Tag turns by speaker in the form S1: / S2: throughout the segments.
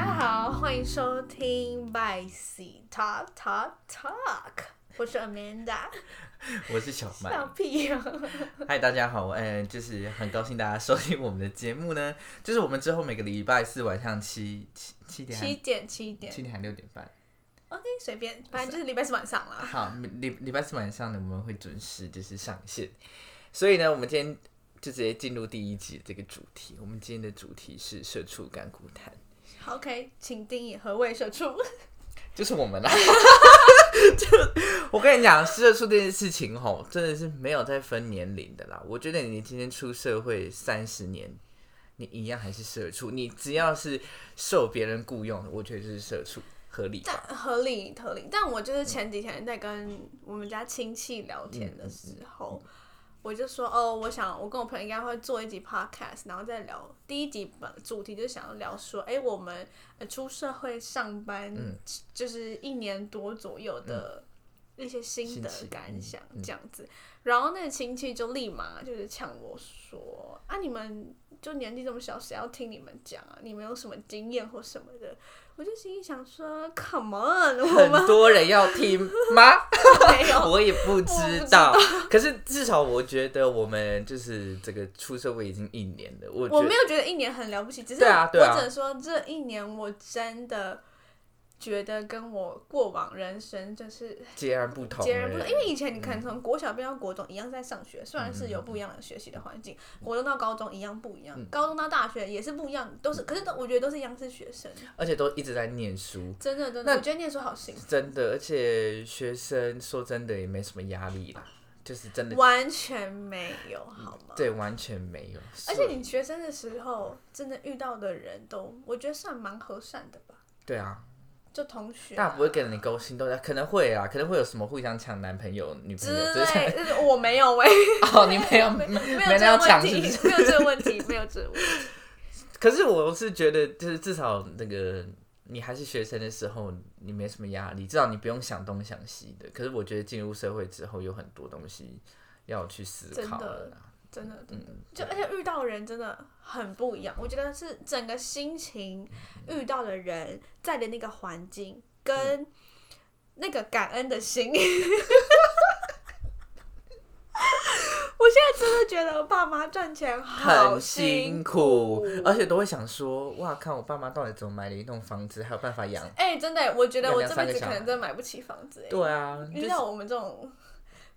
S1: 欢迎收听 By C Talk Talk Talk，我是 Amanda，
S2: 我是小麦。
S1: 笑屁啊！
S2: 嗨，大家好，嗯、就是很高兴大家收听我们的节目呢。就是我们之后每个礼拜四晚上七七七点
S1: 七
S2: 还
S1: 点七点
S2: 七点还六点半，
S1: ，OK，随便，反正就是礼拜四晚上啦。
S2: 好，礼礼拜四晚上呢，我们会准时就是上线。所以呢，我们今天就直接进入第一集这个主题。我们今天的主题是社畜干股谈，
S1: 好 OK，请定义何谓社畜。
S2: 就是我们啦。 就我跟你讲，社畜这件事情吼，真的是没有在分年龄的啦。我觉得你今天出社会三十年，你一样还是社畜。你只要是受别人雇佣的，我觉得就是社畜，合理
S1: 但
S2: 吧？嗯
S1: 合理合理，但我就是前几天在跟我们家亲戚聊天的
S2: 嗯
S1: 时候，我就说哦，我想我跟我朋友应该会做一集 podcast，然后再聊第一集本主题就想要聊说，哎、我们呃出社会上班、
S2: 嗯
S1: 就是一年多左右的一些心得
S2: 心情
S1: 感
S2: 嗯
S1: 想这样子，然后那个亲戚就立马就是呛我说啊，你们就年纪这么小，谁要听你们讲啊？你们有什么经验或什么的？我就心里想说，Come on，我们
S2: 很多人要听吗？
S1: 没有。
S2: 我也不知道。可是至少我觉得我们就是这个出社会已经一年了，我
S1: 我没
S2: 觉得
S1: 有觉得一年很了不起，只是
S2: 对啊对啊
S1: 我只能说这一年我真的觉得跟我过往人生就是
S2: 截然不同了。嗯
S1: 截然不同。因为以前你可能从国小变到国中一样在上学，虽然是有不一样的学习的环境，
S2: 嗯
S1: 国中到高中一样不一样，高中到大学也是不一样，都是可是都我觉得都是一样是学生，
S2: 而且都一直在念书。
S1: 真的真的，我觉得念书好辛苦，
S2: 真的，而且学生说真的也没什么压力啦，就是真的嗯
S1: 完全没有好吗？
S2: 对完全没有。
S1: 而
S2: 所
S1: 且你学生的时候，真的遇到的人都，我觉得算蛮和善的吧，
S2: 对啊，
S1: 就同学、啊。
S2: 大家不会跟你勾心斗角，可能会啊，可能会有什么互相抢男朋友、女朋
S1: 之
S2: 友这
S1: 类
S2: 些。，
S1: 就是我没有喂、
S2: 哦， 你没有没
S1: 没
S2: 没
S1: 有
S2: 人
S1: 这
S2: 要
S1: 个
S2: 抢
S1: 问
S2: 是
S1: 题，
S2: 不是？
S1: 没有这个问题，没有这个问题。
S2: 可是我是觉得，就是至少那个你还是学生的时候，你没什么压力，至少你不用想东想西的。可是我觉得进入社会之后，有很多东西要去思
S1: 真
S2: 考
S1: 的
S2: 了啦。
S1: 真的，真的，
S2: 嗯
S1: 就而且遇到人真的很不一样。我觉得是整个心情、遇到的人、在的那个环境跟
S2: 嗯
S1: 那个感恩的心。 我现在真的觉得我爸妈赚钱好
S2: 很
S1: 辛
S2: 辛
S1: 苦
S2: 苦，，而且都会想说，哇，看我爸妈到底怎么买了一栋房子，还有办法养。
S1: 哎、真的，我觉得我
S2: 有两
S1: 这辈子
S2: 三
S1: 可
S2: 个小孩
S1: 能真的买不起房子、哎
S2: 对啊，就
S1: 遇
S2: 是
S1: 到我们这种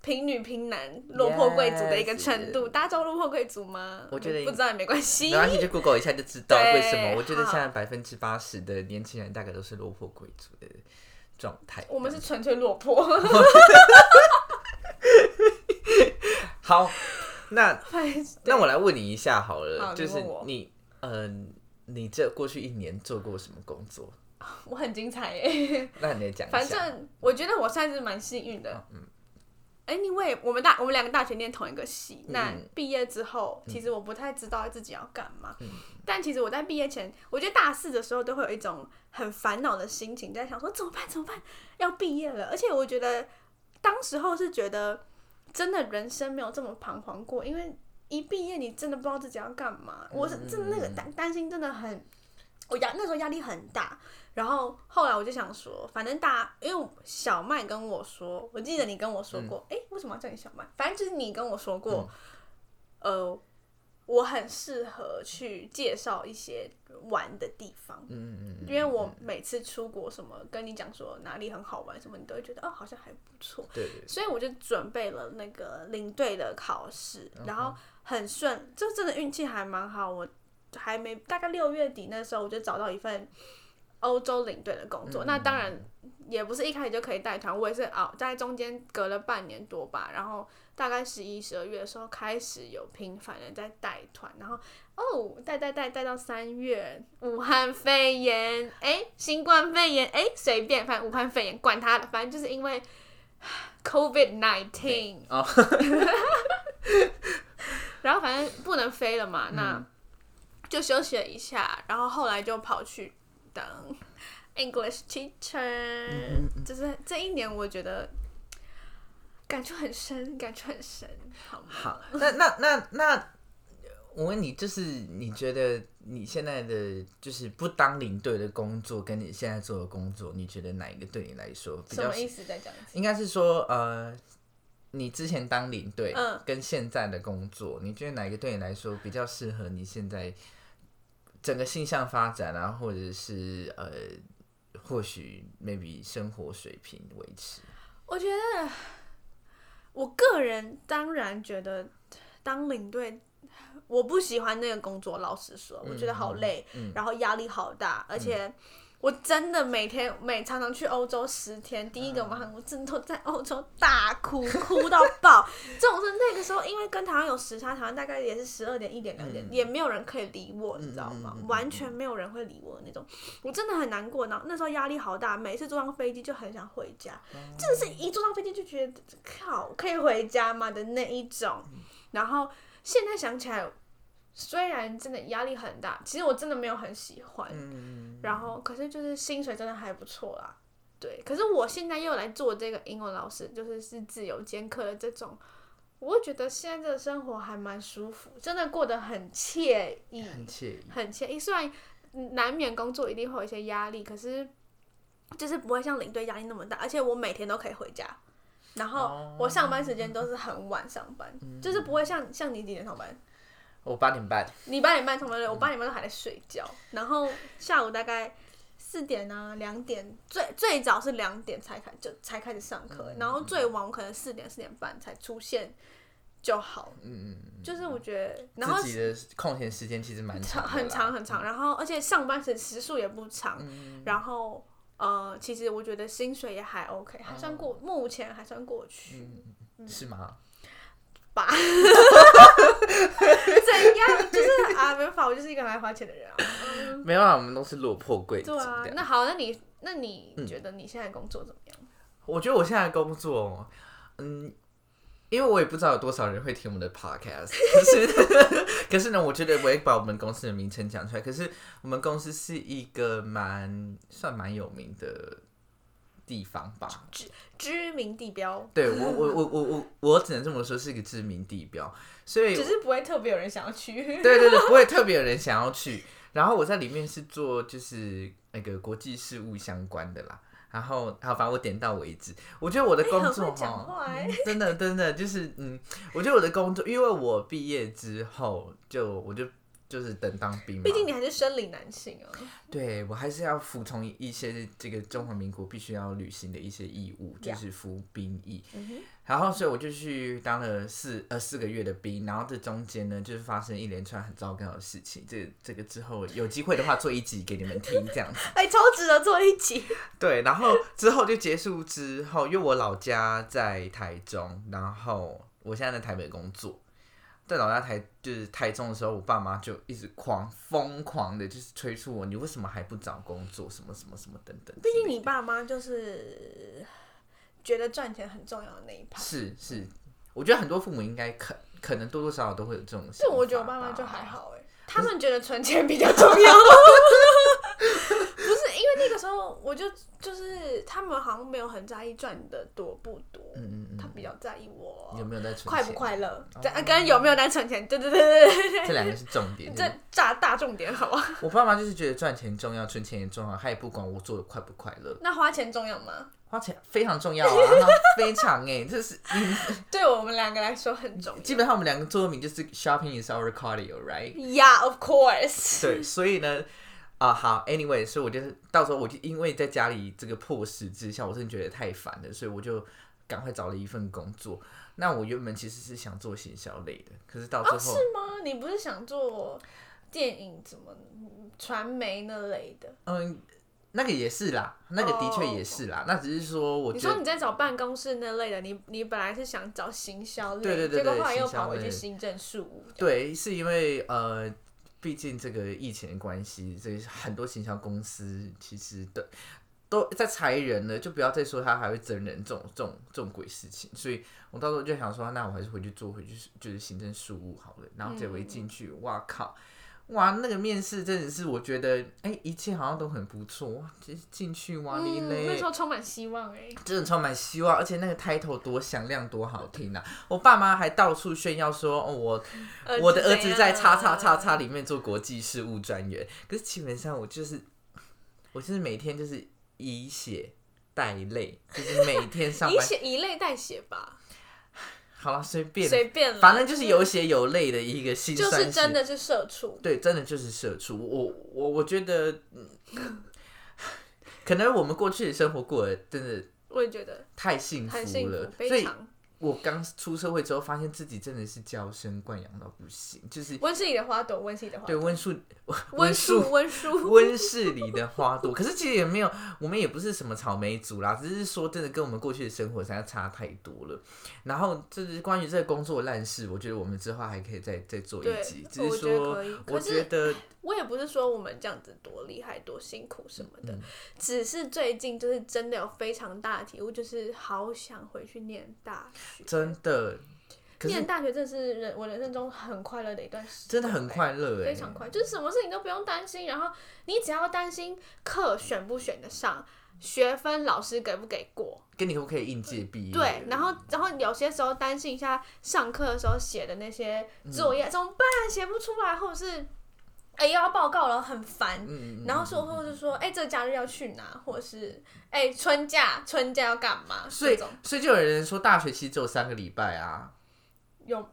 S1: 贫女贫男、落魄贵族的一个程度大家知道落魄贵族吗？
S2: 我觉得
S1: 不知道也没关系
S2: 没。关系，就 Google 一下就知道
S1: 对
S2: 为什么。我觉得
S1: 好
S2: 现在百分之八十的年轻人大概都是落魄贵族的状态。
S1: 我们是纯粹落魄，
S2: 好，那
S1: 对
S2: 那我来问你一下好了，
S1: 好你
S2: 就是
S1: 问我
S2: 你，嗯、你这过去一年做过什么工作？
S1: 我很精彩欸耶。
S2: 那你来讲一下。
S1: 反正我觉得我算是蛮幸运的。嗯。Anyway，我们大我们两个大学念同一个系，
S2: 嗯
S1: 那毕业之后，其实我不太知道自己要干嘛。
S2: 嗯
S1: 但其实我在毕业前，我觉得大四的时候都会有一种很烦恼的心情，在想说怎么办？怎么办？要毕业了，而且我觉得当时候是觉得真的人生没有这么彷徨过，因为一毕业你真的不知道自己要干嘛。
S2: 嗯
S1: 我是真的那个担担心真的很，我压那时候压力很大。然后后来我就想说，反正大因为小麦跟我说，我记得你跟我说过，
S2: 嗯
S1: 诶，为什么要叫你小麦？反正就是你跟我说过，
S2: 嗯
S1: 呃，我很适合去介绍一些玩的地方。
S2: 嗯，嗯嗯，
S1: 因为我每次出国什么，跟你讲说哪里很好玩什么，你都会觉得哦，好像还不错。
S2: 对，
S1: 所以我就准备了那个领队的考试，然后很顺，就真的运气还蛮好。我还没大概六月底那时候，我就找到一份欧洲领队的工作。那当然也不是一开始就可以带团，我也是熬在中间隔了半年多吧，然后大概十一、十二月的时候开始有频繁的在带团，然后哦带带带带到三月，武汉肺炎，哎，新冠肺炎，哎，随便，反正武汉肺炎管他的，反正就是因为 COVID nineteen
S2: 哦
S1: 然后反正不能飞了嘛，
S2: 嗯
S1: 那就休息了一下，然后后来就跑去当 English
S2: 嗯
S1: teacher，就是这一年我觉得感触很深，感触很深，好吗？
S2: 好，那那那那，我问你，就是你觉得你现在的就是不当领队的工作，跟你现在做的工作，你觉得哪一个对你来说比
S1: 什
S2: 较
S1: 么？意思在讲？
S2: 应该是说，呃，你之前当领队，
S1: 嗯
S2: 跟现在的工作，你觉得哪一个对你来说比较适合你现在整个性向发展啊，或者是呃，或许 maybe 生活水平维持？
S1: 我觉得，我个人当然觉得当领队，我不喜欢那个工作。老实说，我觉得
S2: 嗯
S1: 好累，然后压力好大，而且我真的每天每常常去欧洲十天，第一
S2: 嗯
S1: 个晚上我真的都在欧洲大哭，哭到爆。这种是那个时候，因为跟台湾有时差，台湾大概也是十二点、一点、两点，也没有人可以理我，你知道吗？
S2: 嗯嗯嗯嗯嗯
S1: 完全没有人会理我的那种。我真的很难过，然后那时候压力好大，每次坐上飞机就很想回家，
S2: 哦
S1: 真的是一坐上飞机就觉得靠，可以回家吗的那一种。然后现在想起来，虽然真的压力很大，其实我真的没有很喜欢，
S2: 嗯，
S1: 然后可是就是薪水真的还不错啦。对，可是我现在又来做这个英文老师，就是是自由兼课的这种，我会觉得现在这个生活还蛮舒服，真的过得很惬意。
S2: 很惬意。
S1: 很惬意。虽然嗯难免工作一定会有一些压力，可是就是不会像领队压力那么大，而且我每天都可以回家。然后
S2: 哦嗯
S1: 我上班时间都是很晚上班，就是不会像像你几点上班，
S2: 我八点半，
S1: 你八点半上班，我八点半都还在睡觉，然后下午大概四点啊两点，最最早是两点才开就才开始上
S2: 嗯
S1: 课，然后最晚我可能四点四点半才出现就好，
S2: 嗯嗯，
S1: 就是我觉得，然后
S2: 自己的空闲时间其实蛮
S1: 长嗯
S2: 的啦
S1: 很长很长，然后而且上班时时数也不长，然后呃，其实我觉得薪水也还 OK，还算过，目前还算过去。
S2: 嗯
S1: 嗯
S2: 是吗？
S1: 怎样？就是啊，没办法，我就是一个很爱花钱的人啊。
S2: 没办法，我们都是落魄贵
S1: 对
S2: 族
S1: 嗯啊
S2: 这，样
S1: 那好，那你那你觉得你现在工作怎么样？
S2: 我觉得我现在的工作，嗯，因为我也不知道有多少人会听我们的 podcast，可 是 可是呢，我觉得我也把我们公司的名称讲出来。可是我们公司是一个蛮算蛮有名的地方吧，
S1: 知名地标，
S2: 对我我我我我我只能这么说，是一个知名地标，所以
S1: 只是不会特别有人想要 去。
S2: 对对对，不会特别有人想要去。然后我在里面是做就是那个国际事务相关的啦。然后好，反正我点到为止。我觉得我的
S1: 哎
S2: 工
S1: 很
S2: 作
S1: 会讲
S2: 哈
S1: 话、哎
S2: 嗯真的真的就是嗯，我觉得我的工作，因为我毕业之后就我就就是等当兵嘛，
S1: 毕竟你还是生理男性啊。
S2: 对我还是要服从一些这个中华民国必须要履行的一些义务，就
S1: Yeah
S2: 是服兵役。
S1: 嗯哼
S2: 然后，所以我就去当了四呃四个月的兵，然后这中间呢，就是发生一连串很糟糕的事情。这这个之后有机会的话，做一集给你们听，这样子。
S1: 哎，超值得做一集。
S2: 对，然后之后就结束之后，因为我老家在台中，然后我现在在台北工作。在老家台就是台中的时候，我爸妈就一直狂疯狂的，就是催促我，你为什么还不找工作，什么什么什么等等之类的。
S1: 毕竟你爸妈就是觉得赚钱很重要的那一派。
S2: 是是，我觉得很多父母应该可可能多多少少都会有这种想法吧。
S1: 但我觉得我爸妈就还好哎，他们觉得存钱比较重要。 不是因为那个时候，我就就是他们好像没有很在意赚的多不多，
S2: 嗯，嗯嗯
S1: 他比较在意
S2: 你有
S1: 我
S2: 没有在存
S1: 快不
S2: 钱？
S1: 快乐，在啊跟有没有在存钱，对对对对对
S2: 这两个是重点。
S1: 对，
S2: 就是
S1: 这大大重点好 吧？
S2: 我爸妈就是觉得赚钱重要，存钱也重要，他也不管我做的快不快乐，
S1: 那花钱重要吗？
S2: 花钱非常重要啊，非常哎、这是
S1: 对我们两个来说很重
S2: 基本上我们两个座右铭就是 shopping is our cardio，right？
S1: 要。Yeah, of course。
S2: 对，所以呢，啊、好，anyway，所以我就是到时候我就因为在家里这个迫使之下，我真的觉得太烦了，所以我就赶快找了一份工作。那我原本其实是想做行销类的，可是到最
S1: 哦，
S2: 后，
S1: 是吗？你不是想做电影、怎么传媒那类的？
S2: 嗯，那个也是啦，那个的确
S1: 哦
S2: 也是啦，那只是说我
S1: 你
S2: 觉
S1: 说
S2: 得
S1: 你在找办公室那类的，你你本来是想找行销类，
S2: 对对对
S1: 结果
S2: 对
S1: 后来又
S2: 行销
S1: 跑回
S2: 类
S1: 去行政事务。
S2: 对，是因为呃。毕竟这个疫情的关系，这很多行销公司其实都都在裁人了，就不要再说他还会整人这种这种这种鬼事情。所以我到时候就想说，那我还是回去做回去就是行政事务好了。然后结果一进去，哇靠！哇，那个面试真的是我觉得，哎、一切好像都很不错哇，这进去哇哩
S1: 嗯，那
S2: 嘞
S1: 时，候充满希望哎、
S2: 真的充满希望，而且那个 title 多响亮，多好听啊！我爸妈还到处炫耀说，哦、我 我的儿子在
S1: 啊
S2: 叉叉叉叉里面做国际事务专员，可是基本上我就是，我就是每天就是以血带泪，就是每天上
S1: 以
S2: 班，
S1: 血以泪代血吧，
S2: 好了，随便，
S1: 随便啦，
S2: 反正就是有血有泪的一个心
S1: 就
S2: 酸
S1: 是
S2: 史。
S1: 真的是社畜，
S2: 对，真的就是社畜。我我我觉得，嗯可能我们过去的生活过得真的
S1: 我也觉得
S2: 太幸
S1: 很
S2: 福
S1: 幸福，，
S2: 了所
S1: 非
S2: 以
S1: 常。
S2: 我刚出社会之后，发现自己真的是娇生惯养到不行，就是
S1: 温室里的花朵，温室里的花
S2: 对
S1: 朵，
S2: 温树
S1: 温
S2: 树
S1: 树温树，
S2: 温室里的花朵。可是其实也没有，我们也不是什么草莓族啦，只是说真的跟我们过去的生活实在差太多了。然后就是关于这个工作烂事，我觉得我们之后还可以再再做一
S1: 对
S2: 集，，只
S1: 我
S2: 是
S1: 觉得
S2: 说
S1: 可以。
S2: 我
S1: 可
S2: 觉
S1: 是
S2: 得
S1: 我也不是说我们这样子多厉害、多辛苦什么
S2: 嗯
S1: 的，只是最近就是真的有非常大的体悟，就是好想回去念大学。
S2: 真的，可是
S1: 念大学真的是人我人生中很快乐的一段时
S2: 真
S1: 间，
S2: 的很快乐哎、
S1: 非常快，就是什么事情都不用担心，然后你只要担心课选不选得上。学分老师给不给过？
S2: 跟你可不可以应届毕业？嗯
S1: 对，然后然后有些时候担心一下上课的时候写的那些
S2: 嗯
S1: 作业、怎么办，写不出来，或者是哎又要报告了，很烦。
S2: 嗯，嗯
S1: 然后说，或者是说，哎、这个假日要去哪，或者是哎、春假，春假要干嘛？
S2: 所以
S1: 这种
S2: 所以就有人说大学其实只有三个礼拜啊，
S1: 有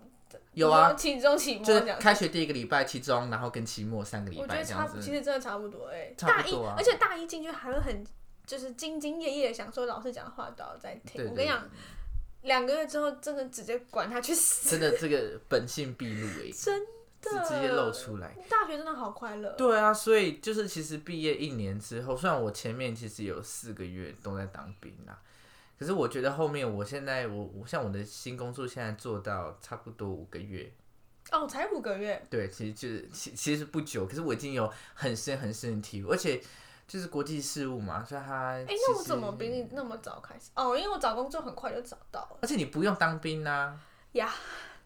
S2: 有啊，，
S1: 期中、期末
S2: 就是
S1: 这样。
S2: 开学第一个礼拜期中，然后跟期末三个礼
S1: 我觉
S2: 拜
S1: 得
S2: 这
S1: 差
S2: 样
S1: 不，其
S2: 子。
S1: 实真的差不多哎、
S2: 差
S1: 大
S2: 不
S1: 一
S2: 多啊，
S1: 而且大一进去还会很就是兢兢业业的想说老师讲的话都要再听。
S2: 对
S1: 我跟
S2: 对
S1: 你讲，两个月之后真的直接管他去死，
S2: 真的这个本性毕露哎、
S1: 真
S2: 是
S1: 的
S2: 直接露。出来。
S1: 大学真的好快乐，
S2: 对啊，所以就是其实毕业一年之后，虽然我前面其实有四个月都在当兵啦，可是我觉得后面我现在我我像我的新工作现在做到差不多五个月，
S1: 哦，才五个月，
S2: 对，其实就是其其实不久，可是我已经有很深很深的体悟，而且就是国际事务嘛，所以它哎
S1: 哎、那我怎么比你那么早开始？哦，因为我找工作很快就找到了
S2: 而且你不用当兵啊，
S1: 呀。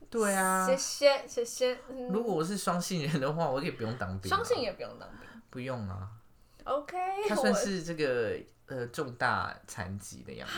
S2: 对啊
S1: 谢，谢谢谢，嗯
S2: 如果我是双性人的话，我也不用当兵啊、
S1: 双性也不用当兵。
S2: 不用啊，
S1: OK，
S2: 他
S1: 我
S2: 算是这个呃重大残疾的样子，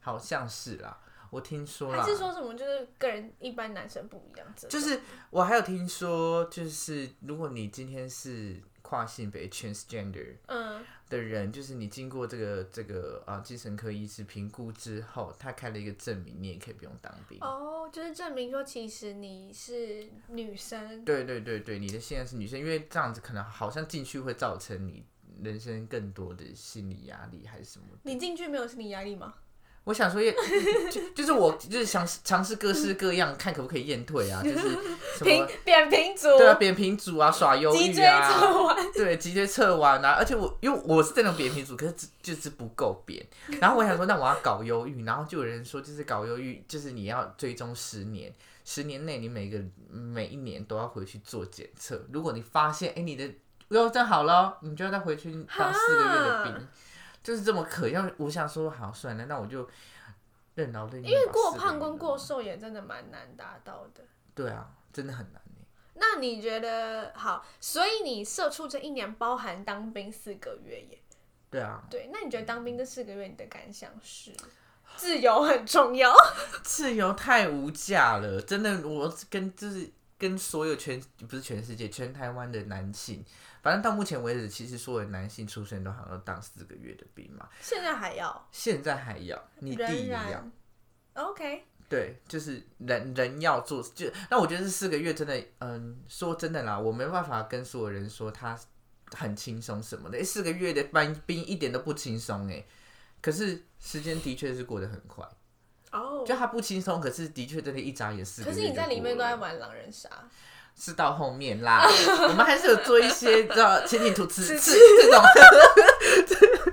S2: 好像是啦，我听说啦，
S1: 还是说什么就是跟人一般男生不一样之类的，
S2: 就是我还有听说，就是如果你今天是跨性别 transgender
S1: 嗯，
S2: 的人，就是你经过这个这个啊精神科医师评估之后，他开了一个证明，你也可以不用当兵。
S1: 哦，就是证明说其实你是女生，
S2: 对对对对，你的现在是女生，因为这样子可能好像进去会造成你人生更多的心理压力还是什么的。
S1: 你进去没有心理压力吗？
S2: 我想说也， 就就是我就是想尝试各式各样，看可不可以验退啊，就是什
S1: 平
S2: 么
S1: 扁平足，
S2: 对啊，扁平足啊，耍忧
S1: 脊
S2: 郁
S1: 椎
S2: 啊，
S1: 侧弯，
S2: 对，脊椎侧弯啊，而且我因为我是那种扁平足，可是只就是不够扁，然后我想说，那我要搞忧郁，然后就有人说，就是搞忧郁，就是你要追踪十年，十年内你每个每一年都要回去做检测，如果你发现哎、诶你的忧郁症好了，你就要再回去当四个月的兵，就是这么可要。我想说，好算了，那我就任劳任怨吧。
S1: 因为过
S2: 四个
S1: 胖
S2: 月
S1: 跟过瘦也真的蛮难达到的。
S2: 对啊，真的很难耶
S1: 那你觉得好？所以你社畜这一年包含当兵四个月耶？
S2: 对啊，
S1: 对，那你觉得当兵这四个月你的感想是？自由很重要，
S2: 自由太无价了，真的，我跟就是跟所有全不是全世界全台湾的男性，反正到目前为止，其实所有男性出生都好像当四个月的兵嘛，
S1: 现在还要。
S2: 现在还要你弟
S1: 仍
S2: 一样，
S1: 然 OK，
S2: 对，就是人人要做，就那我觉得这四个月真的，嗯，说真的啦，我没办法跟所有人说他很轻松什么的，诶四个月的班兵一点都不轻松哎，可是时间的确是过得很快。
S1: 哦
S2: 就他不轻松，可是的确真的，一眨眼四个
S1: 可
S2: 月
S1: 是你在
S2: 就过
S1: 里面都
S2: 了
S1: 在玩狼人杀，
S2: 是到后面啦，我们还是有做一些叫情 景图
S1: 此
S2: 此次这种这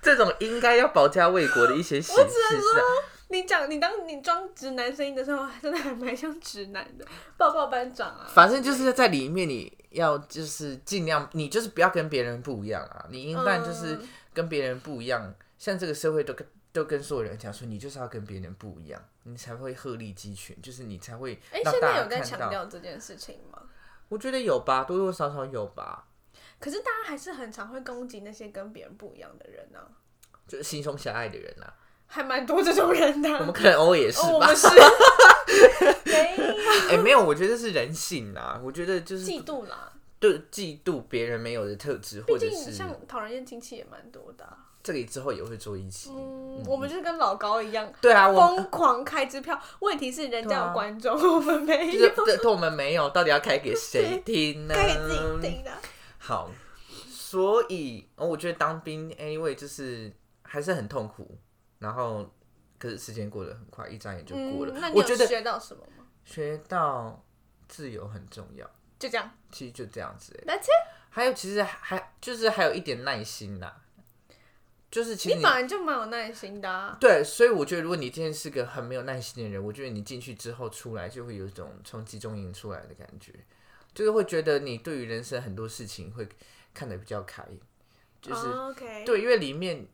S2: 这种应该要保家卫国的一些形式啊。
S1: 你讲你当你装直男声音的时候，真的还蛮像直男的，抱抱班长啊，
S2: 反正就是在里面，你要就是尽量，你就是不要跟别人不一样啊。你一旦就是
S1: 嗯
S2: 跟别人不一样，像这个社会都跟都跟所有人讲说，你就是要跟别人不一样，你才会鹤立鸡群，就是你才会
S1: 哎、
S2: 让
S1: 现
S2: 大
S1: 在
S2: 家
S1: 有在
S2: 看
S1: 强
S2: 到。
S1: 调这件事情吗？
S2: 我觉得有吧，多多少少有吧，
S1: 可是大家还是很常会攻击那些跟别人不一样的人呢、
S2: 就是心胸狭隘的人 啊，
S1: 还蛮多这种人的。
S2: 我们可能偶尔也是
S1: 哦，我
S2: 吧
S1: 们。 是没有
S2: 哎、没有，我觉得是人性啊，我觉得就是
S1: 嫉妒啦。
S2: 对嫉妒别人没有的特质，
S1: 毕
S2: 或者
S1: 竟
S2: 是
S1: 像讨人厌亲戚也蛮多的啊、
S2: 这里之后也会做一期。
S1: 嗯，我们就是跟老高一样，
S2: 对啊，我
S1: 疯狂开支票。问题是人
S2: 对
S1: 家
S2: 啊
S1: 有观众，我们没
S2: 就
S1: 有
S2: 是，对对我们没有，到底要开给谁听呢？
S1: 可以自己定的。
S2: 好，所以、哦、我觉得当兵 anyway 就是还是很痛苦，然后可是时间过得很快，一眨眼就过了。
S1: 嗯，那你
S2: 我
S1: 有
S2: 觉得
S1: 学到什么吗？
S2: 学到自由很重要，
S1: 就这样
S2: 其实就这样子、欸。
S1: ，That's
S2: 还有其实还就是还有一点耐心啦，就是其
S1: it。你
S2: 实你
S1: 本来就蛮有耐心的、啊，
S2: 对，所以我觉得，如果你今天是个很没有耐心的人，我觉得你进去之后出来就会有一种从集中营出来的感觉，就是会觉得你对于人生很多事情会看得比较开，就是、
S1: 哦 OK。
S2: 对，因为里面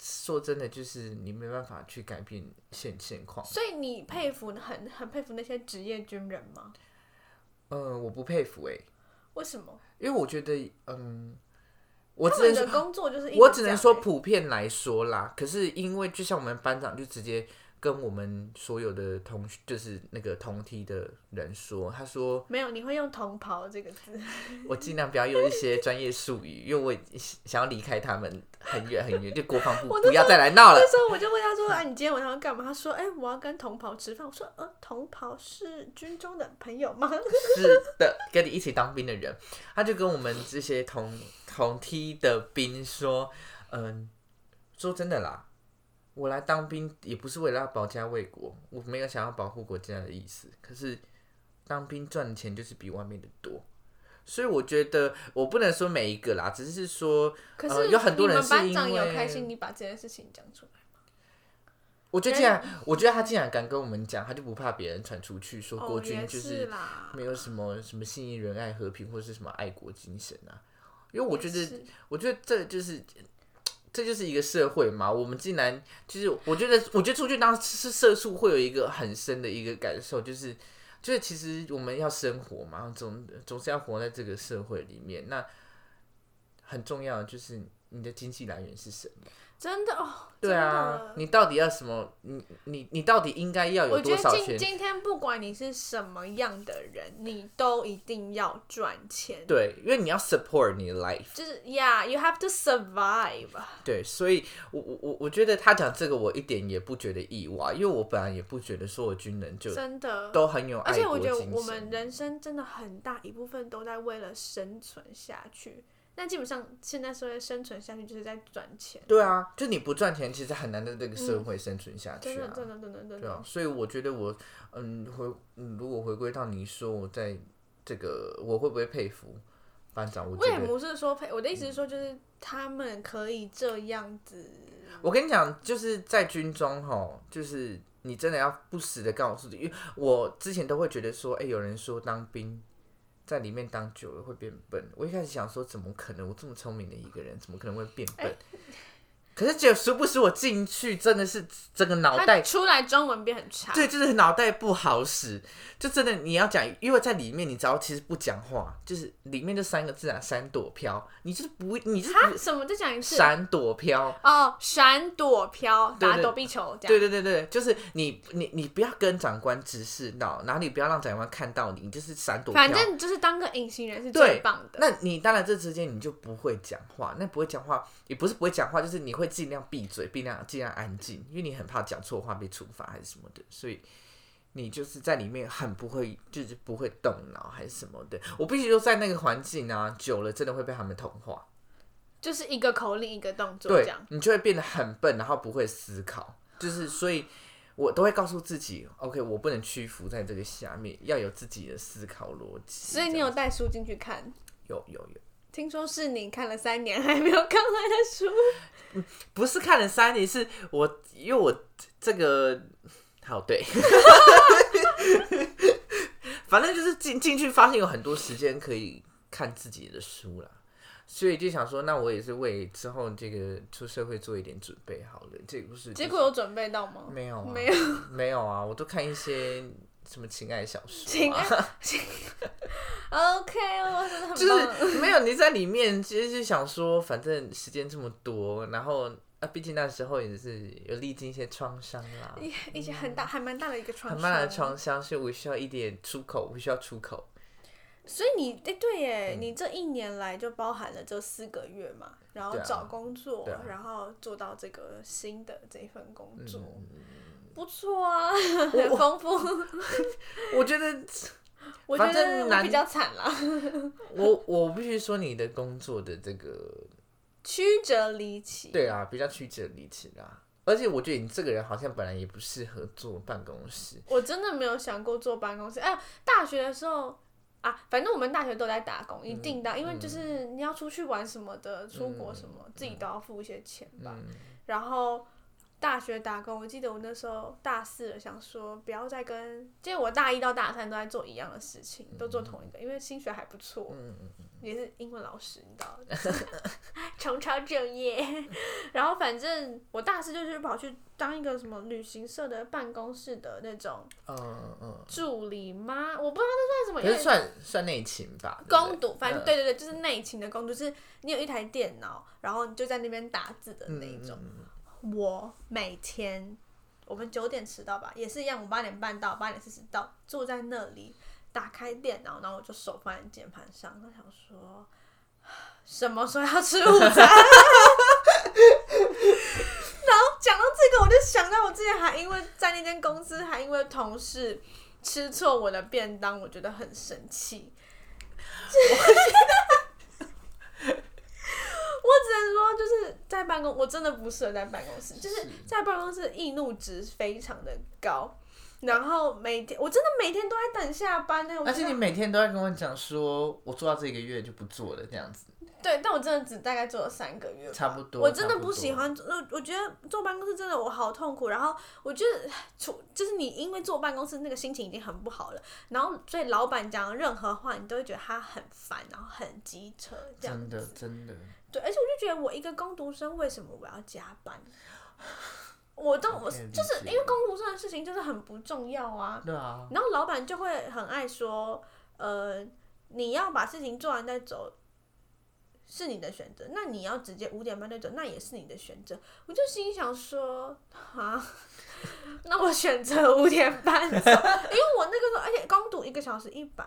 S2: 说真的，就是你没办法去改变现现况。
S1: 所以你佩服很很佩服那些职业军人吗？
S2: 嗯，我不佩服诶、
S1: 为什么？
S2: 因为我觉得，嗯，我
S1: 他
S2: 只
S1: 们
S2: 能
S1: 的
S2: 说，
S1: 工作就是一直
S2: 我只
S1: 这样
S2: 能说
S1: 欸
S2: 普遍来说啦。可是因为就像我们班长就直接跟我们所有的同学，就是那个同梯的人说，他说
S1: 没有，你会用“同袍”这个字。
S2: 我尽量不要用一些专业术语，因为我已想要离开他们很远很远，就国防部
S1: 我那
S2: 不
S1: 时
S2: 要
S1: 候
S2: 再来闹了
S1: 那。时候我就问他说：“啊，你今天晚上要干嘛？”他说：“哎、我要跟同袍吃饭。”我说：“呃，同袍是军中的朋友
S2: 呃
S1: 吗
S2: 是的，跟你一起当兵的人，他就跟我们这些同 同梯的兵说，嗯，说真的啦，我来当兵也不是为了要保家卫国，我没有想要保护国家的意思，可是当兵赚的钱就是比外面的多。所以我觉得我不能说每一个啦，只是说？”
S1: 可
S2: 呃
S1: 是
S2: 有很多人
S1: 你们
S2: 是因为
S1: 班长有开心你把这件事情讲出来，
S2: 我觉得既然 我觉得他既然敢跟我们讲，他就不怕别人传出去说国
S1: 哦，
S2: 军
S1: 也
S2: 就是
S1: 啦，
S2: 没有什么什么信义、仁爱、和平或是什么爱国精神啊。因为我觉
S1: 也
S2: 得，
S1: 是
S2: 我觉得这就是这就是一个社会嘛。我们竟然就是，我觉得，我觉得出去当是社畜会有一个很深的一个感受，就是就是其实我们要生活嘛，总总是要活在这个社会里面。那很重要的就是你的经济来源是什么？
S1: 真的哦，
S2: 对啊，
S1: 真的。
S2: 你到底要什么？你你你到底应该要有
S1: 我觉
S2: 多
S1: 得
S2: 少
S1: 今
S2: 钱？
S1: 今天不管你是什么样的人，你都一定要赚钱。
S2: 对，因为你要 support 你的 life。
S1: 就是 Yeah, you have to survive。
S2: 对，所以我我我我觉得他讲这个，我一点也不觉得意外，因为我本来也不觉得说我军人就
S1: 真的，
S2: 都很有
S1: 而
S2: 爱
S1: 且我
S2: 国
S1: 觉
S2: 精
S1: 得
S2: 神。
S1: 我们人生真的很大一部分都在为了生存下去。那基本上现在社会生存下去就是在赚钱，
S2: 对啊，就你不赚钱，其实很难在这个社会生存下
S1: 嗯真
S2: 去
S1: 的
S2: 啊。
S1: 真的真的真
S2: 对啊
S1: 的，，
S2: 所以我觉得我嗯回嗯如果回归到你说我在这个我会不会佩服班长？我
S1: 我
S2: 觉
S1: 也
S2: 得嗯
S1: 不是说配，我的意思是说就是他们可以这样子，
S2: 我跟你讲，就是在军中吼，就是你真的要不时的告诉自己，因为我之前都会觉得说，哎、有人说当兵在里面当久了会变笨。我一开始想说，怎么可能？我这么聪明的一个人，怎么可能会变笨？可是就殊不知我进去真的是整个脑
S1: 他
S2: 袋，
S1: 出来中文变很差，
S2: 啊对，就是脑袋不好使，就真的你要讲，因为在里面你只要其实不讲话，就是里面就三个字啊，闪躲飘，你就是不，你就是
S1: 他
S2: 不
S1: 什么再讲一次
S2: 闪躲飘，
S1: 哦，闪躲飘
S2: 对
S1: 打
S2: 对
S1: 躲避球这
S2: 对
S1: 样，
S2: 对对对，就是你你你不要跟长官直视到，哪里不要让长官看到你，你就是闪躲。
S1: 反正就是当个隐形人是
S2: 对
S1: 最棒的，
S2: 那你当然这之间你就不会讲话，那不会讲话也不是不会讲话，就是你会尽量闭嘴，尽量尽量安静，因为你很怕讲错话被处罚还是什么的，所以你就是在里面很不会，就是不会动脑还是什么的。我必须说，在那个环境啊，久了真的会被他们同化，
S1: 就是一个口令一个动作这
S2: 对
S1: 样，
S2: 你就会变得很笨，然后不会思考，就是所以，我都会告诉自己，OK，我不能屈服在这个下面，要有自己的思考逻辑。
S1: 所以你
S2: 这样
S1: 有带书进去看。
S2: 有有有，
S1: 听说是你看了三年还没有看完的 书，
S2: 不是看了三年，是我因为我这个好对， 反正就是进进去发现有很多时间可以看自己的书啦。所以就想说，那我也是为之后这个出社会做一点准备好了。这个不是
S1: 结果有准备到吗？
S2: 没有、啊，
S1: 没有，
S2: 没有啊，我都看一些什么情爱小说、啊，
S1: 情爱 OK，我真的很棒。
S2: 就是没有你在里面，其实就想说，反正时间这么多，然后啊，毕竟那时候也是有历经一些创伤啦，
S1: 一一些很大，还蛮大的一个创
S2: 很
S1: 伤。
S2: 大的创伤，所以我需要一点出 口，我需要出口。
S1: 所以你哎、对耶，
S2: 嗯
S1: 你这一年来就包含了这四个月嘛，然后
S2: 对啊
S1: 找工作，
S2: 对啊
S1: 然后做到这个新的这一份工作，
S2: 嗯
S1: 不错啊，很
S2: 我
S1: 丰 富。
S2: 我觉得
S1: 我觉
S2: 反正
S1: 得我
S2: 难
S1: 比较惨啦，
S2: 我我必须说你的工作的这个，
S1: 曲折离奇。
S2: 对啊，比较曲折离奇啦。而且我觉得你这个人好像本来也不适合坐办公室，
S1: 我真的没有想过坐办公室。哎、大学的时候啊，反正我们大学都在打工，一定的啊，因为就是你要出去玩什么的，出国什么，自己都要付一些钱吧。然后大学打工，我记得我那时候大四了，想说不要再跟，其实我大一到大三都在做一样的事情，都做同一个，因为薪水还不错，也是英文老师，你知道， 重操正业。 然后反正我大四就是跑去当一个什么旅行社的办公室的那种
S2: 嗯嗯，
S1: 助理吗？我不知道那算什么，
S2: 可
S1: 因
S2: 是
S1: 为
S2: 算算内勤吧，对不
S1: 工
S2: 对
S1: 读，反正
S2: 嗯
S1: 对对对，就是内勤的工读，就是你有一台电脑，然后你就在那边打字的那一
S2: 嗯
S1: 种。我每天我们九点迟到吧，也是一样，我八点半到，八点四十到，坐在那里打开电脑，然后我就手放在键盘上，我想说。什么时候要吃午餐？ 然后讲到这个，我就想到我之前还因为在那间公司，还因为同事吃错我的便当，我觉得很生气。我只能说，就是在办公，我真的不适合在办公室，就是在办公室易怒值非常的高。然后每天，我真的每天都在等下班呢、我
S2: 而
S1: 觉
S2: 且
S1: 得
S2: 你每天都在跟我讲说，我做到这个月就不做了，这样子，
S1: 对，但我真的只大概做了三个月吧，
S2: 差不多
S1: 我真的
S2: 差不
S1: 不
S2: 多
S1: 喜欢，我我觉得坐办公室真的我好痛苦。然后我觉得，除就是你因为坐办公室那个心情已经很不好了，然后所以老板讲任何话，你都会觉得他很烦，然后很机车这样
S2: 真。的真的。
S1: 对，而且我就觉得我一个工读生，为什么我要加 班？我都我
S2: 可以理
S1: 就是
S2: 解
S1: 因为工读生的事情就是很不重要啊，
S2: 对啊，
S1: 然后老板就会很爱说，呃，你要把事情做完再走，是你的选择。那你要直接五点半就走，那也是你的选择。我就心里想说，啊， 那我选择五点半走，因为我那个时候，而且刚读一个小时一百。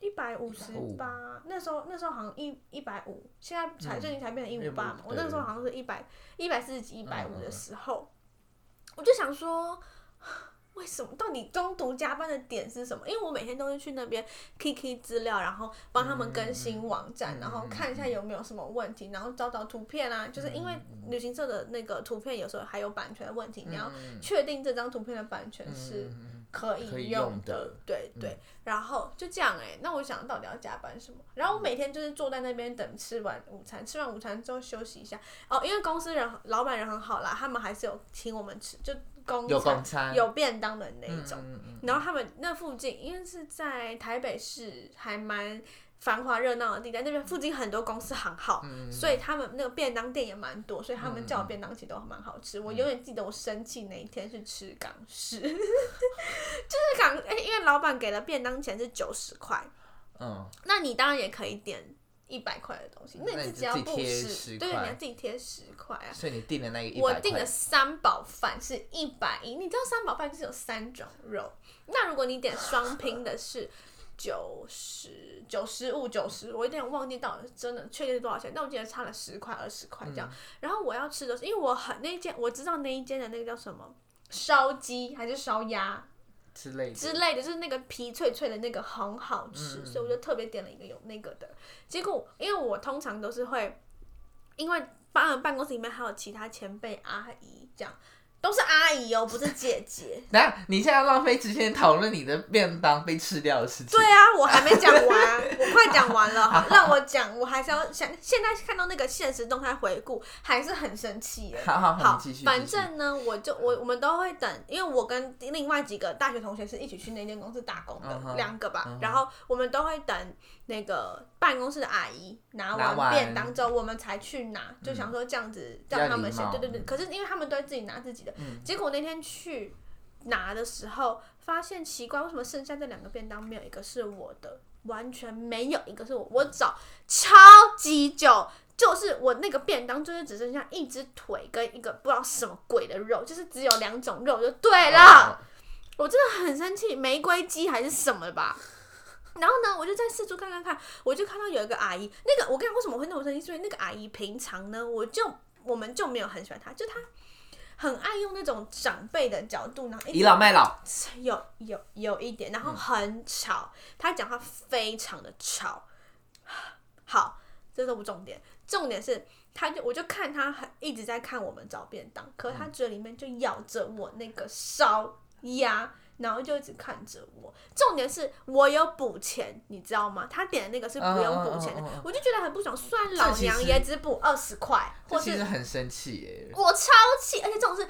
S1: 一百五十八，那时候那时候好像一一百五，现在才最近才变成一五八嘛。
S2: 158
S1: 我那时候好像是一百一百四十几、一百
S2: 嗯
S1: 五
S2: 嗯
S1: 的时候，我就想说，为什么？到底中途加班的点是什么？因为我每天都会去那边 Kiki 资料，然后帮他们更新网站，
S2: 嗯
S1: 然后看一下有没有什么问题，然后找找图片啊。就是因为旅行社的那个图片有时候还有版权的问
S2: 嗯
S1: 题，你要确定这张图片的版权是可
S2: 可
S1: 以
S2: 以
S1: 用
S2: 用的嗯
S1: 对对。然后就这样哎、那我想到底要加班什么？然后我每天就是坐在那边等吃完午餐，吃完午餐之后休息一下。哦，因为公司人老板人很好啦，他们还是有请我们吃，就公
S2: 嗯有
S1: 餐
S2: 公餐
S1: 有便当的那一种。
S2: 嗯嗯
S1: 然后他们那附近，因为是在台北市，还蛮繁华热闹的地带，那边附近很多公司行
S2: 嗯
S1: 号，所以他们那个便当店也蛮多，所以他们叫我便当其实都蛮好吃。
S2: 嗯
S1: 我永远记得我生气那一天是吃港式， 就是港，哎因为老板给的便当钱是九十块，
S2: 嗯
S1: 那你当然也可以点。一百块的东西，那
S2: 那
S1: 你
S2: 你
S1: 自己要
S2: 自己
S1: 不
S2: 贴
S1: 吃，
S2: 10
S1: 对，你
S2: 块
S1: 要自己贴十块啊
S2: 嗯，。所以你定的那个100
S1: 我订
S2: 块
S1: 的三宝饭是一百一，你知道三宝饭就是有三种肉，那如果你点双拼的是九十九十五九十，我有点忘记到底真的确定是多少钱，但我记得差了十块二十块这样。然后我要吃的是，因为我很那一间我知道那一间的那个叫什么烧鸡还是烧鸭
S2: 之类的，
S1: 之类的，就是那个皮脆脆的那个很好吃，所以我就特别点了一个有那个的。结果因为我通常都是会，因为办办公室里面还有其他前辈阿姨这样。都是阿姨哦，不是姐姐。
S2: 那你现在要浪费时间讨论你的便当被吃掉的事情
S1: 对，啊，我还没讲完，我快讲完了，好让我讲，我还是要想。现在看到那个现实动态回顾，还是很生气耶。
S2: 好好好，
S1: 好
S2: 你继续。，
S1: 反
S2: 继续
S1: 正呢，我就我我们都会等，因为我跟另外几个大学同学是一起去那间公司打工
S2: 嗯
S1: 的，
S2: 哼
S1: 两、个吧。
S2: 嗯哼
S1: 然后我们都会等那个办公室的阿姨拿
S2: 拿
S1: 完
S2: 完嗯
S1: 便当之后，我们才去拿，就想说这样子让他们
S2: 比较礼
S1: 先，
S2: 貌嗯
S1: 对对对。可是因为他们都会自己拿自己的，结果那天去拿的时候，发现奇怪，为什么剩下这两个便当没有一个是我的，完全没有一个是我。我找超级久，就是我那个便当就是只剩下一只腿跟一个不知道什么鬼的肉，就是只有两种肉就对了。我真的很生气，玫瑰鸡还是什么的吧。然后呢，我就在四处看看看，我就看到有一个阿姨，那个我刚刚为什么会那么生气？是因为那个阿姨平常呢，我就我们就没有很喜欢她，就她很爱用那种长辈的角度，然后一直
S2: 倚老卖老，
S1: 有有有一点，
S2: 嗯
S1: 然后很吵，他讲话非常的吵。 好，这都不重点，重点是他就我就看他很一直在看我们找便当，可是他
S2: 嗯
S1: 嘴里面就咬着我那个烧鸭。然后就一直看着我，重点是我有补钱，你知道吗？他点的那个是不用补钱的
S2: 嗯嗯嗯嗯嗯
S1: 我就觉得很不爽。虽然老
S2: 这其
S1: 娘
S2: 实
S1: 也只补二十块，
S2: 这
S1: 或
S2: 其
S1: 是
S2: 实很生气耶。
S1: 我超气，而且这种是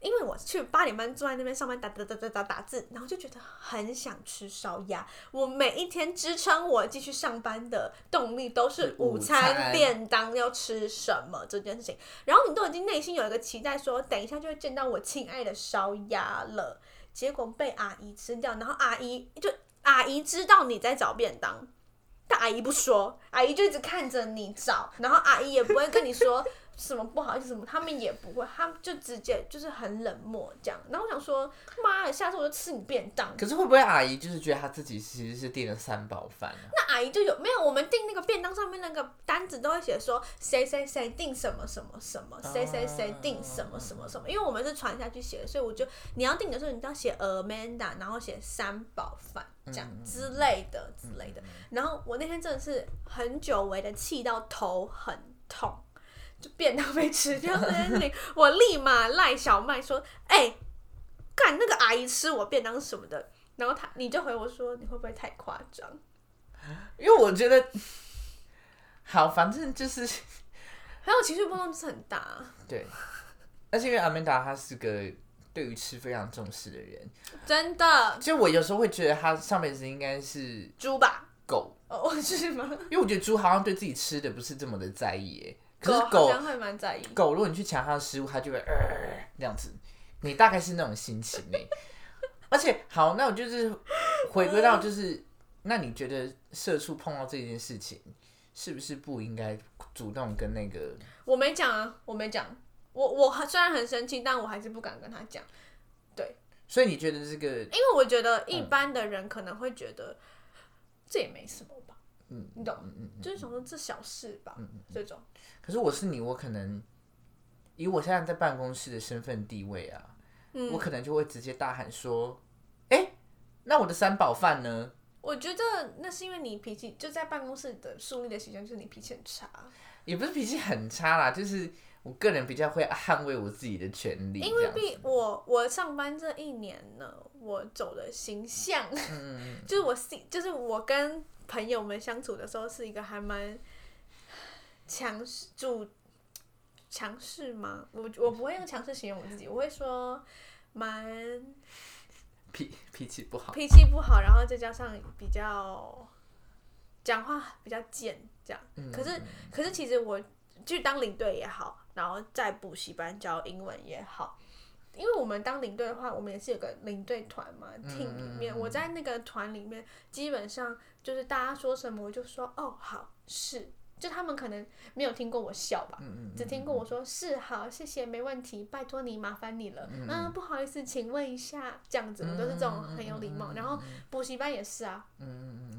S1: 因为我去八点半坐在那边上班打打打打打打字，然后就觉得很想吃烧鸭。我每一天支撑我继续上班的动力都是午
S2: 午
S1: 餐
S2: 餐
S1: 便当要吃什么这件事情。然后你都已经内心有一个期待说等一下就会见到我亲爱的烧鸭了，结果被阿姨吃掉，然后阿姨就阿姨知道你在找便当。但阿姨不说，阿姨就一直看着你找，然后阿姨也不会跟你说什么不好意思什么，他们也不会，他们就直接就是很冷漠这样。然后我想说，妈的，下次我就吃你便当。
S2: 可是会不会阿姨就是觉得她自己其实是订了三宝饭啊？
S1: 那阿姨就有没有？我们订那个便当上面那个单子都会写说谁谁谁订什么什么什么，谁谁谁订什么什么什么。因为我们是传下去写的，所以我就你要订的时候，你就要写 Amanda，然后写三宝饭这样之类的之类的。然后我那天真的是很久违的气到头很痛。就便当被吃掉这件事情，我立马赖小麦说：“哎、干那个阿姨吃我便当什么的。”然后他你就回我说：“你会不会太夸张？”
S2: 因为我觉得，好，反正就是
S1: 还有情绪波动就是很大，啊
S2: 对，而且因为阿曼达她是个对于吃非常重视的人，
S1: 真的
S2: 其实我有时候会觉得她上辈子应该是
S1: 猪吧？
S2: 狗，
S1: 哦，是吗？
S2: 因为我觉得猪好像对自己吃的不是这么的在意耶。可是
S1: 好
S2: 狗
S1: 像会蛮在意。
S2: 狗，如果你去抢它的食物，它就会呃这样子，你大概是那种心情呢。 而且好，那我就是回归到就是，那你觉得社畜碰到这件事情，是不是不应该主动跟那个？
S1: 我没讲啊，我没讲。我我虽然很生气，但我还是不敢跟他讲，
S2: 所以你觉得这个
S1: 因为我觉得一般的人可能会觉得、这也没什么吧，嗯，你懂，就是想说这小事吧，这种。
S2: 可是我是你，我可能以我现在在办公室的身份地位啊，
S1: 嗯
S2: 我可能就会直接大喊说：“哎、那我的三宝饭呢
S1: 我觉得那是因为你脾气就在办公室的树立的形象，就是你脾气很差。？”
S2: 也不是脾气很差啦，就是我个人比较会捍卫我自己的权利，
S1: 因
S2: 这
S1: 为
S2: 样子
S1: 毕我我上班这一年呢，我走的形象，
S2: 嗯
S1: 就是我是就是我跟朋友们相处的时候是一个还蛮强势主强势吗？我我不会用强势形容我自己，我会说蛮
S2: 脾脾气不好，
S1: 脾气不好，然后再加上比较讲话比较贱这样。可是可是其实我去当领队也好，然后在补习班教英文也好，因为我们当领队的话，我们也是有个领队团嘛，team 里面，我在那个团里面，基本上就是大家说什么，我就说哦好是。就他们可能没有听过我笑吧，
S2: 嗯
S1: 只听过我说是好，谢谢，没问题，拜托你，麻烦你了，嗯不好意思，请问一下，这样子，我都是这种很有礼貌。然后补习班也是啊，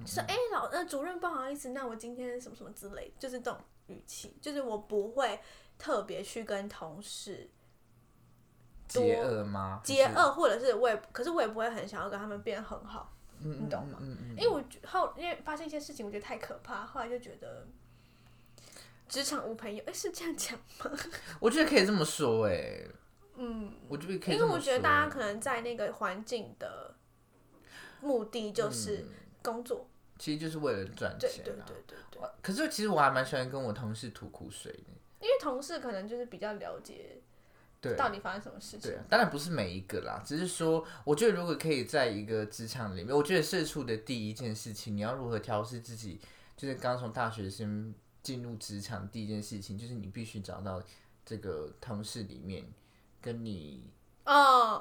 S1: 说哎、老呃主任不好意思，那我今天什么什么之类，就是这种语气，就是我不会特别去跟同事
S2: 接二吗？
S1: 接
S2: 还啊是，
S1: 恶，或者是我也可是我也不会很想要跟他们变很好，你懂吗？因为我觉后因为发生一些事情，我觉得太可怕，后来就觉得职场无朋友，哎、是这样讲吗？
S2: 我觉得可以这么说哎、嗯，我觉得可以
S1: 因
S2: 这
S1: 为我
S2: 么说，
S1: 觉得大家可能在那个环境的目的就是工作，
S2: 其实就是为了嗯赚
S1: 对
S2: 钱、啊，
S1: 对对对对，
S2: 可是其实我还蛮喜欢跟我同事吐苦水的，
S1: 因为同事可能就是比较了解
S2: 对
S1: 到底发生什么事情
S2: 对。啊，当然不是每一个啦，只是说，我觉得如果可以在一个职场里面，我觉得社畜的第一件事情，你要如何调试自己，就是刚从大学生进入职场第一件事情，就是你必须找到这个同事里面跟你
S1: 嗯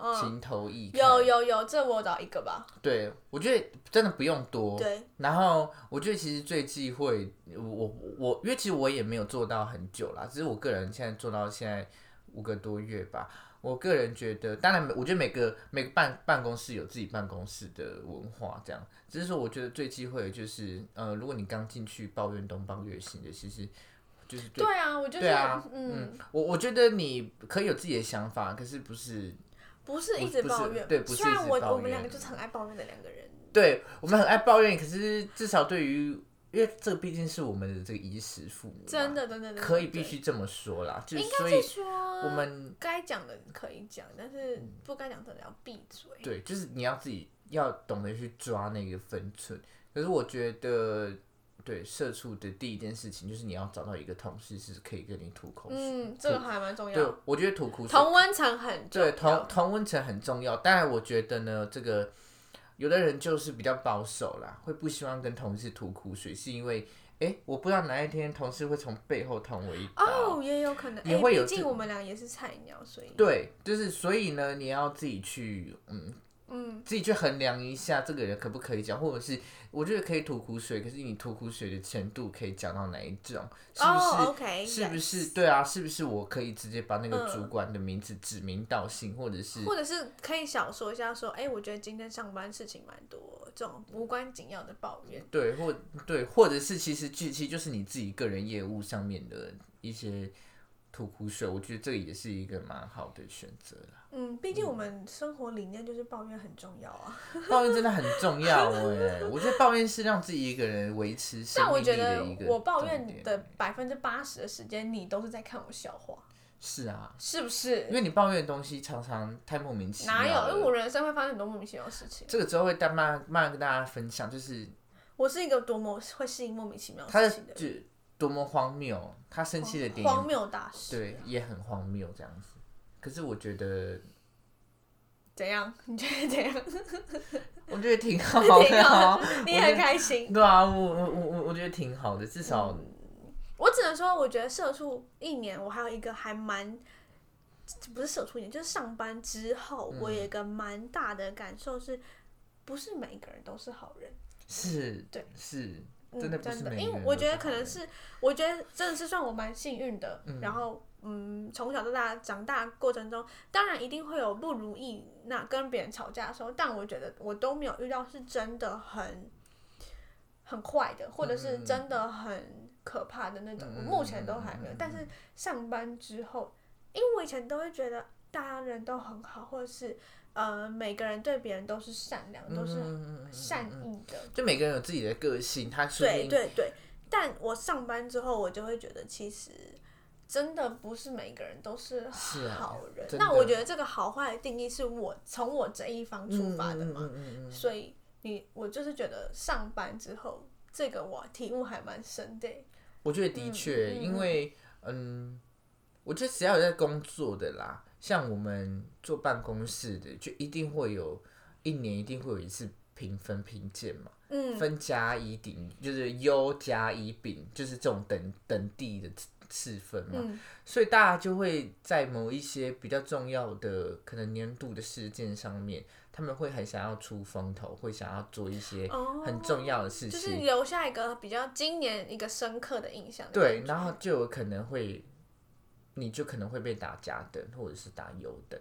S1: 嗯，
S2: 情投意合。
S1: 有有有，这我找一个吧。
S2: 对，我觉得真的不用多。
S1: 对，
S2: 然后我觉得其实最忌讳，我我我，因为其实我也没有做到很久啦，只是我个人现在做到现在五个多月吧。我个人觉得，当然，我觉得每个每个办办公室有自己办公室的文化，这样。只是说，我觉得最忌讳的就是，呃，如果你刚进去抱怨东抱怨西的，其实就是对。
S1: 对啊，我就是
S2: 对啊，
S1: 嗯，
S2: 嗯，我我觉得你可以有自己的想法，可是不是
S1: 不是
S2: 不
S1: 一直
S2: 不是
S1: 抱怨，
S2: 对不是
S1: 虽
S2: 一
S1: 然
S2: 直
S1: 我
S2: 抱
S1: 我们
S2: 怨
S1: 两个就是很爱抱怨的两个人。
S2: 对我们很爱抱怨，可是至少对于，因为这个毕竟是我们的这个衣食父母嘛，
S1: 真的，真的，真的
S2: 可以必，须这么说啦。就
S1: 对应
S2: 所
S1: 该
S2: 以
S1: 是说
S2: 我们嗯
S1: 该讲的可以讲，但是不该讲真的要闭嘴。
S2: 对，就是你要自己要懂得去抓那个分寸。可是我觉得，对社畜的第一件事情就是你要找到一个同事是可以跟你吐口水。
S1: 嗯，这个还蛮重
S2: 对
S1: 要。，
S2: 我觉得吐苦水
S1: 同温层很重
S2: 对，
S1: 要。哦
S2: 同同温层很重要。当然，我觉得呢，这个有的人就是比较保守啦，会不希望跟同事吐苦水，是因为，诶，我不知道哪一天同事会从背后捅我一刀。
S1: 哦，也有可能，
S2: 啊也
S1: 哎
S2: 会有
S1: 毕
S2: 这
S1: 竟我们俩也是菜鸟，所以
S2: 对，就是所以呢，你要自己去，嗯嗯，自己去衡量一下这个人可不可以讲，或者是我觉得可以吐苦水，可是你吐苦水的程度可以讲到哪一种，是不是？
S1: 哦，OK，
S2: 是不
S1: yes
S2: 是对啊？是不是我可以直接把那个
S1: 嗯
S2: 主管的名字指名道姓，或者是
S1: 或者是可以小说一下，说，哎、我觉得今天上班事情蛮多，这种无关紧要的抱怨。
S2: 对，或对，或者是其实其其实就是你自己个人业务上面的一些吐苦水，我觉得这个也是一个蛮好的选择 啦。
S1: 嗯，毕竟我们生活理念就是抱怨很重要啊。
S2: 抱怨真的很重要哎、我觉得抱怨是让自己一个人维持生
S1: 但我
S2: 命
S1: 觉
S2: 力的
S1: 得
S2: 一个
S1: 我抱
S2: 重
S1: 怨
S2: 点
S1: 的百分之八十的时间，你都是在看我笑话，
S2: 是啊，
S1: 是不
S2: 因
S1: 是？
S2: 为你啊抱怨的东西常常太莫名其妙
S1: 哪有？因为
S2: 了
S1: 我人生会发生很多莫名其妙的事情。
S2: 这个之后会慢慢慢慢跟大家分享，就是
S1: 我是一个多么会适应莫名其妙
S2: 他
S1: 事
S2: 的
S1: 嗯情的人
S2: 就多么荒谬，他生气的点也
S1: 荒谬大师。
S2: 对也很荒谬这样子。可是我觉 得
S1: 怎 样？你觉得怎样？
S2: 我觉得挺好
S1: 挺
S2: 的、
S1: 好
S2: 啊，
S1: 你很开心。
S2: 对啊，我我我我我觉得挺好的，至少
S1: 嗯我只能说，我觉得社畜一年，我还有一个还蛮，不是社畜一年，就是上班之后，我有一个蛮大的感受是，不是每个人都是好人。
S2: 是，
S1: 对，
S2: 是，
S1: 嗯
S2: 真的不是
S1: 真的，
S2: 每
S1: 因
S2: 个
S1: 为
S2: 人
S1: 我
S2: 都
S1: 觉得
S2: 是
S1: 可
S2: 好
S1: 能
S2: 人
S1: 是，我觉得真的是算我蛮幸运的。然后，嗯，从小到大长大过程中，当然一定会有不如意，那跟别人吵架的时候，但我觉得我都没有遇到是真的很很坏的，或者
S2: 嗯
S1: 是真的很可怕的那种，我目前都
S2: 嗯
S1: 还没有。但是上班之后，因为我以前都会觉得大家人都很好，或者是呃每个人对别人都是善良，都是
S2: 嗯
S1: 善意的。
S2: 就每个人有自己的个性，他说不
S1: 对
S2: 定
S1: 对对，但我上班之后，我就会觉得其实真的不是每个人都是
S2: 是啊
S1: 好人。
S2: 真
S1: 那
S2: 的
S1: 我觉得这个好坏的定义是我从我这一方出发的
S2: 嗯嗯
S1: 嘛，
S2: 嗯嗯嗯嗯
S1: 所以你我就是觉得上班之后这个我体悟还蛮深的。欸
S2: 我觉得的确，
S1: 嗯嗯
S2: 因为嗯，我觉得只要有在工作的啦，像我们做办公室的，就一定会有一年一定会有一次评分评鉴嘛。
S1: 嗯，
S2: 分加乙丙就是优加乙丙，就是这种等等地的次次分嘛。
S1: 嗯
S2: 所以大家就会在某一些比较重要的可能年度的事件上面，他们会很想要出风头，会想要做一些
S1: 哦
S2: 很重要的事
S1: 就是
S2: 情。
S1: 留下一个比较今年一个深刻的印象的
S2: 对
S1: 感，觉。
S2: 然后就有可能会，你就可能会被打加等或者是打优等。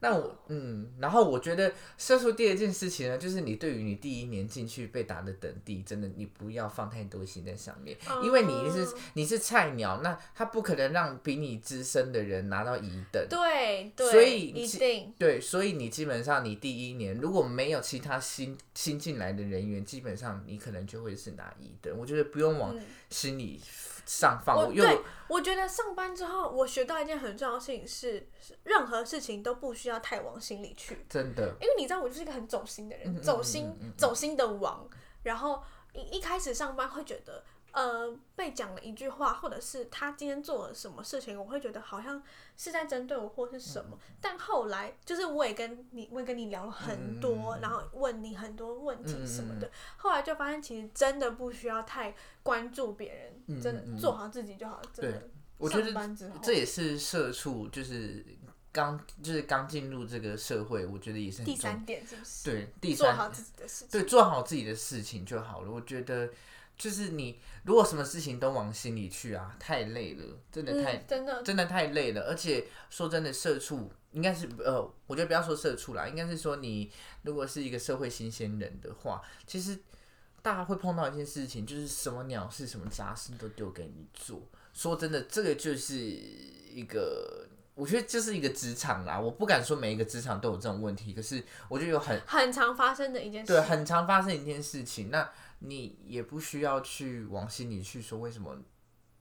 S2: 那我嗯，然后我觉得射出第二件事情呢，就是你对于你第一年进去被打的等地，真的你不要放太多心在上面，
S1: 哦
S2: 因为你是你是菜鸟，那他不可能让比你资深的人拿到乙等。
S1: 对对，
S2: 所以
S1: 一
S2: 其
S1: 定
S2: 对，所以你基本上你第一年如果没有其他新新进来的人员，基本上你可能就会是拿一等。我觉得不用往心里上
S1: 嗯
S2: 放，
S1: 我
S2: 我又
S1: 对我觉得上班之后，我学到一件很重要的事情是，是任何事情都不需要太往心里去，
S2: 真的
S1: 因为你知道我就是一个很走心的人，
S2: 嗯
S1: 走心、走心的王。然后一一开始上班会觉得，呃，被讲了一句话，或者是他今天做了什么事情，我会觉得好像是在针对我或
S2: 嗯
S1: 是什么。但后来就是我也跟你，我也跟你聊了
S2: 嗯
S1: 很多，然后问你很多问题什么的。后来就发现，其实真的不需要太关注别人，
S2: 嗯
S1: 真
S2: 嗯嗯
S1: 的做好自己就好了。真的
S2: 我觉得
S1: 上班之后
S2: 这也是社畜就是。刚就是刚进入这个社会，我觉得也是很
S1: 第
S2: 重
S1: 三点是不是？
S2: 对第
S1: 做
S2: 三
S1: 好自己的事情。
S2: 对，做好自己的事情就好了。我觉得，就是你如果什么事情都往心里去啊，太累了，真的太、
S1: 嗯，真的，
S2: 真的太累了。而且说真的，社畜应该是呃，我觉得不要说社畜啦，应该是说你如果是一个社会新鲜人的话，其实大家会碰到一件事情，就是什么鸟事、什么杂事都丢给你做。说真的，这个就是一个。我觉得就是一个职场啦，我不敢说每一个职场都有这种问题，可是我觉得有很
S1: 很常发生的一件事。
S2: 对，很常发生一件事情，那你也不需要去往心里去说为什么，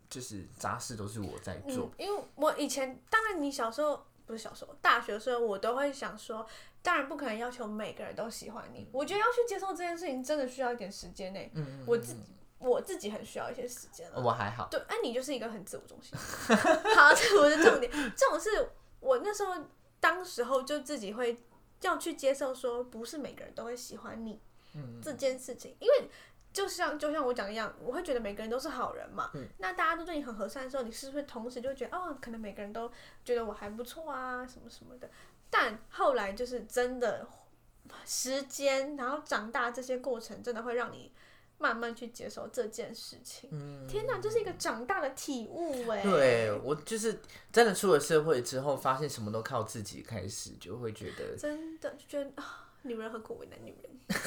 S2: 就是杂事都是我在做
S1: 嗯。，因为我以前，当然你小时候不是小时候，大学的时候，我都会想说，当然不可能要求每个人都喜欢你。我觉得要去接受这件事情，真的需要一点时间呢、
S2: 嗯，
S1: 我自己我自己很需要一些时间了。
S2: 我还好，
S1: 对，哎、你就是一个很自我中心。 好，这是我的重点。这种事，我那时候当时候就自己会要去接受，说不是每个人都会喜欢你
S2: 嗯，
S1: 这件事情，因为就像就像我讲一样，我会觉得每个人都是好人嘛。
S2: 嗯
S1: 那大家都对你很和善的时候，你是不是同时就觉得哦，可能每个人都觉得我还不错啊，什么什么的？但后来就是真的时间，然后长大这些过程，真的会让你慢慢去接受这件事情。
S2: 嗯，
S1: 天哪，这是一个长大的体悟哎。
S2: 对我就是真的出了社会之后，发现什么都靠自己开始，就会觉得
S1: 真的就觉得啊，女人何苦为难女人？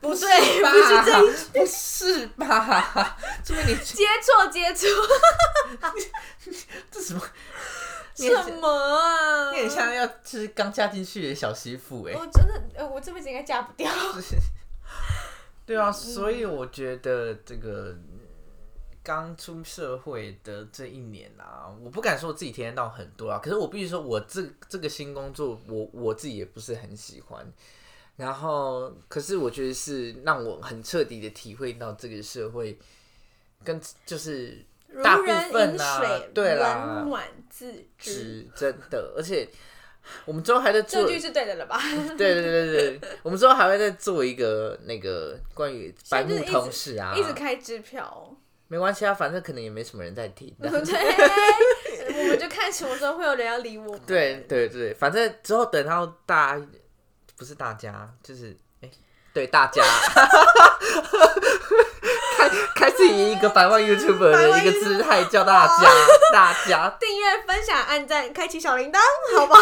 S2: 不
S1: 对
S2: 是吧
S1: 不是这一
S2: 不是吧？ 这边你
S1: 接错接 错，
S2: 这什么？你也
S1: 什么啊？
S2: 你很像要就是刚嫁进去的小媳妇哎、
S1: 我真的，呃，我这辈子应该嫁不掉。
S2: 对
S1: 嗯
S2: 啊，所以我觉得这个嗯刚出社会的这一年啊，我不敢说我自己体验到很多啊，可是我必须说，我这这个新工作，我我自己也不是很喜欢。然后，可是我觉得是让我很彻底的体会到这个社会跟就是
S1: 如
S2: 大部
S1: 人饮
S2: 分啊
S1: 水，
S2: 对啦
S1: 冷暖自知。
S2: 值真的，而且我们之后还在做
S1: 这，句是对的了吧？
S2: 对对对对对，我们之后还会再做一个那个关于白
S1: 现在就是
S2: 木
S1: 一直
S2: 同事啊，
S1: 一直开支 票，
S2: 没关系啊，反正可能也没什么人在听。
S1: 对，我们就看什么时候会有人要理我们。
S2: 对对对，反正之后等到大家，不是大家，就是哎、对大家，开开始以一个百万 YouTuber 的一个姿态叫大家，大家，
S1: 订阅、分享、按赞、开启小铃铛，
S2: 嗯
S1: 好不好？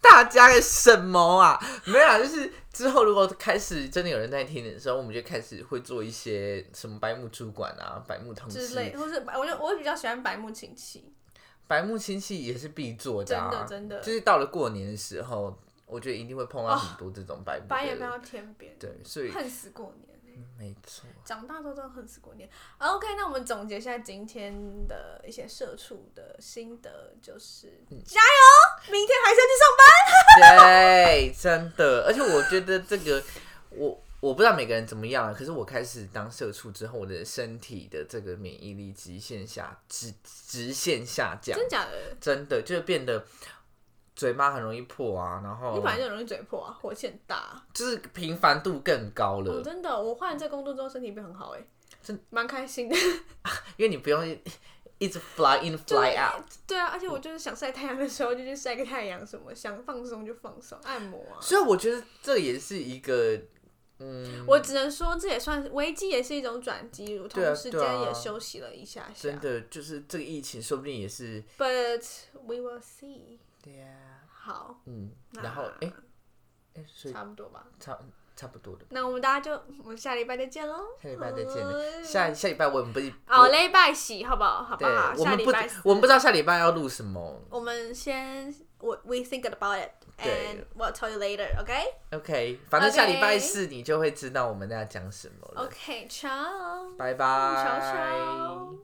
S2: 大家的什么啊？没有啊，就是之后如果开始真的有人在听的时候，我们就开始会做一些什么白木主管啊、白木同
S1: 之
S2: 事
S1: 类，、或是我就我比较喜欢白木亲戚，
S2: 白木亲戚也是必做的、啊，
S1: 真的真的哦
S2: 就是到了过年的时候，我觉得一定会碰到很多这种白目的
S1: 白眼
S2: 人。
S1: 翻到天边，
S2: 嗯对，所以
S1: 恨死过年。欸
S2: 没错，
S1: 长大之后真的恨死过年。啊 OK，那我们总结一下今天的一些社畜的心得，就是、
S2: 嗯
S1: 加油，哦明天还是要去上班。
S2: 对，真的，而且我觉得这个，我我不知道每个人怎么样啊，可是我开始当社畜之后，我的身体的这个免疫力极限下直直线下降，
S1: 真假的？
S2: 真的就是变得嘴巴很容易破啊，然
S1: 你
S2: 后
S1: 本来就很容易嘴破啊，火气很大啊、
S2: 就是频繁度更高了
S1: 哦，，真的，我换了这工作之后身体变很好哎、
S2: 真
S1: 蛮开心的。
S2: 因为你不用一一直 fly in fly out。
S1: 对啊，而且我就是想晒太阳的时候就去晒个太阳，什么想放松就放松，按摩啊。
S2: 所以我觉得这也是一个，嗯，
S1: 我只能说，这也算是危机，也是一种转机。我同
S2: 对啊
S1: 时
S2: 对啊
S1: 间也休息了一下下。
S2: 真的就是这个疫情，说不定也是
S1: But we will see。
S2: 对呀、
S1: 好，
S2: 嗯，
S1: 啊那
S2: 然后哎哎、所以
S1: 差不多吧。
S2: 差差不多的，
S1: 那我们大家就我们下礼拜再见喽。
S2: 下礼拜再见了
S1: 哎
S2: 下下礼拜我们不，
S1: 好
S2: 我
S1: 嘞，哦拜喜，好不好？好不
S2: 对，
S1: 好？
S2: 我
S1: 啊下
S2: 们
S1: 礼
S2: 不
S1: 拜四，
S2: 我们不知道下礼拜要录什么
S1: 我们先我 we think about it
S2: 对
S1: and we'll tell you later. OK
S2: ，OK，反正下礼拜
S1: OK
S2: 四你就会知道我们要讲什么了
S1: OK，ciao，
S2: 拜拜，
S1: 悄悄。